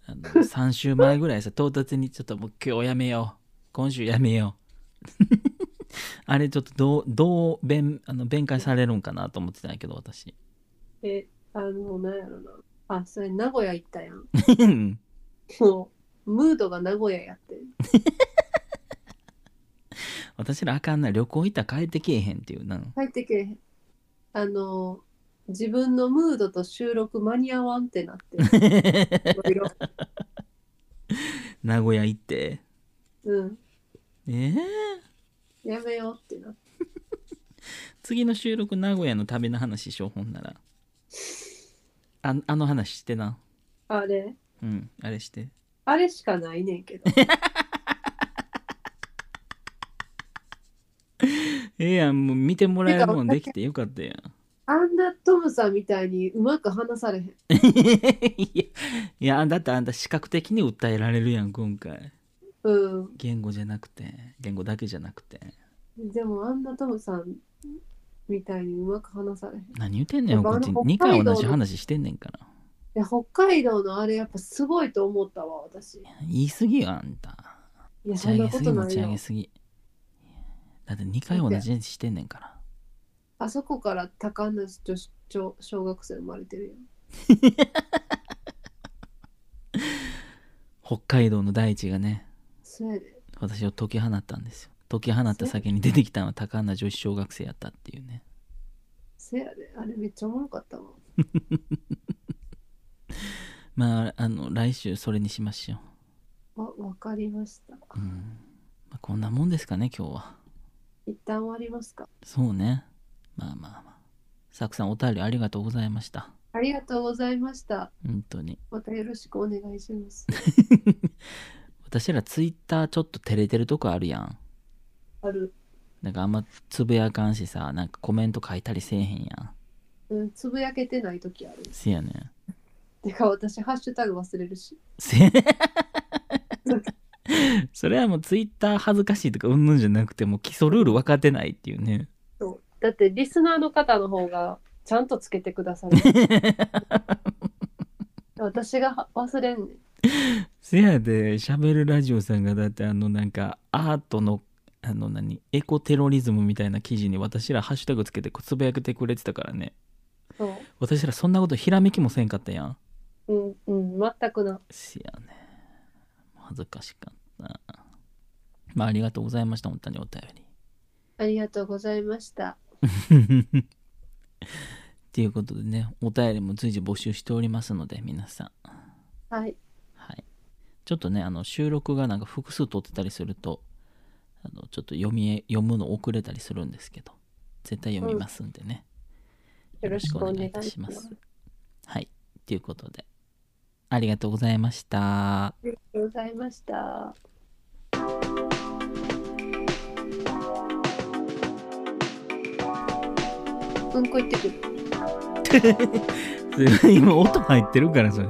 [SPEAKER 1] あの [laughs] 3週前ぐらいさ唐突にちょっともう今日やめよう今週やめよう [laughs] あれちょっとどうどう弁あの弁解されるんかなと思ってたんやけど私
[SPEAKER 2] え、あの、なんやろな。あ、それ名古屋行った
[SPEAKER 1] [laughs]
[SPEAKER 2] やん。
[SPEAKER 1] うん
[SPEAKER 2] もう、ムードが名古屋やってん。
[SPEAKER 1] 私らあかんな旅行行ったら帰ってけえへんっていう
[SPEAKER 2] [laughs]
[SPEAKER 1] な
[SPEAKER 2] 入ってけえへん。あの、自分のムードと収録間に合わんってなって。いろい
[SPEAKER 1] [laughs]
[SPEAKER 2] ろ。
[SPEAKER 1] 名古屋行って
[SPEAKER 2] うん。
[SPEAKER 1] ええ
[SPEAKER 2] やめようってなって。
[SPEAKER 1] 次の収録名古屋の旅の話しようほんならああの話してな
[SPEAKER 2] あれ、
[SPEAKER 1] うんあれして
[SPEAKER 2] あれしかないねんけど。
[SPEAKER 1] ええやんもう見てもらえるもんできてよかったやん
[SPEAKER 2] あんなトムさんみたいにうまく話されへん。
[SPEAKER 1] いや [laughs] いやだってあんた視覚的に訴えられるやん今回
[SPEAKER 2] うん。
[SPEAKER 1] 言語じゃなくて言語だけじゃなくて
[SPEAKER 2] でもあんなトムさんみたいにうまく話されへん。い
[SPEAKER 1] 何言ってんねん
[SPEAKER 2] やっぱ
[SPEAKER 1] こっち
[SPEAKER 2] あの
[SPEAKER 1] 2回同じ
[SPEAKER 2] 北海道の
[SPEAKER 1] 話してんねんから
[SPEAKER 2] や、北海道のあれやっぱすごいと思ったわ、私。い
[SPEAKER 1] 言い過ぎよあんた
[SPEAKER 2] や、
[SPEAKER 1] 持
[SPEAKER 2] そ
[SPEAKER 1] ち上
[SPEAKER 2] ん
[SPEAKER 1] げ
[SPEAKER 2] なこ
[SPEAKER 1] すぎ
[SPEAKER 2] と
[SPEAKER 1] 持
[SPEAKER 2] な
[SPEAKER 1] ち
[SPEAKER 2] い
[SPEAKER 1] 上
[SPEAKER 2] よ
[SPEAKER 1] げ。すぎだって2回同じにしてんねんから
[SPEAKER 2] あそこから高梨女子小小学生生まれてるよ。
[SPEAKER 1] 北海道の大地がね
[SPEAKER 2] そうやで。
[SPEAKER 1] 私を解き放ったんですよ解き放った先に出てきたのは高穴女子小学生やったっていうね
[SPEAKER 2] せやで。あれめっちゃおもろかったわ。
[SPEAKER 1] まああの来週それにしましょ
[SPEAKER 2] わ、わかりました。
[SPEAKER 1] う、うんまあ、こんなもんですかね今日は
[SPEAKER 2] 一旦終わりますか。
[SPEAKER 1] そうねまあまあまあサクさんお便りありがとうございました
[SPEAKER 2] ありがとうございました。
[SPEAKER 1] 本当に [laughs]
[SPEAKER 2] またよろしくお願いします。 [laughs]
[SPEAKER 1] 私らツイッターちょっと照れてるとこあるやん
[SPEAKER 2] ある。
[SPEAKER 1] なんかあんまつぶやかんしさなんかコメント書いたりせえへんやん
[SPEAKER 2] うん、つぶやけてない時ある。
[SPEAKER 1] せやねん
[SPEAKER 2] てか私、ハッシュタグ忘れるし。
[SPEAKER 1] せ [laughs] それはもうツイッター恥ずかしいとかうんぬんじゃなくてもう基礎ルール分かってないっていうね
[SPEAKER 2] そうだってリスナーの方の方がちゃんとつけてくださる私がは忘れんねん
[SPEAKER 1] せやでしゃべるラジオさんがだってあのなんかアートのあの何エコテロリズムみたいな記事に私らハッシュタグつけてつぶやけてくれてたからね
[SPEAKER 2] そう
[SPEAKER 1] 私らそんなことひらめきもせんかったやん
[SPEAKER 2] うんうん全くな
[SPEAKER 1] せやね恥ずかしかったまあありがとうございました本当にお便り
[SPEAKER 2] ありがとうございました
[SPEAKER 1] っていうことでねお便りも随時募集しておりますので皆さん
[SPEAKER 2] はい
[SPEAKER 1] はい、ちょっとねあの収録がなんか複数撮ってたりするとあのちょっと読み読むの遅れたりするんですけど絶対読みますんでね、
[SPEAKER 2] よろしくお願いいたしますあ
[SPEAKER 1] はいということでありがとうございま [laughs] した
[SPEAKER 2] りがとうございましたうんこ行ってくる
[SPEAKER 1] すごい今音入ってるからそれ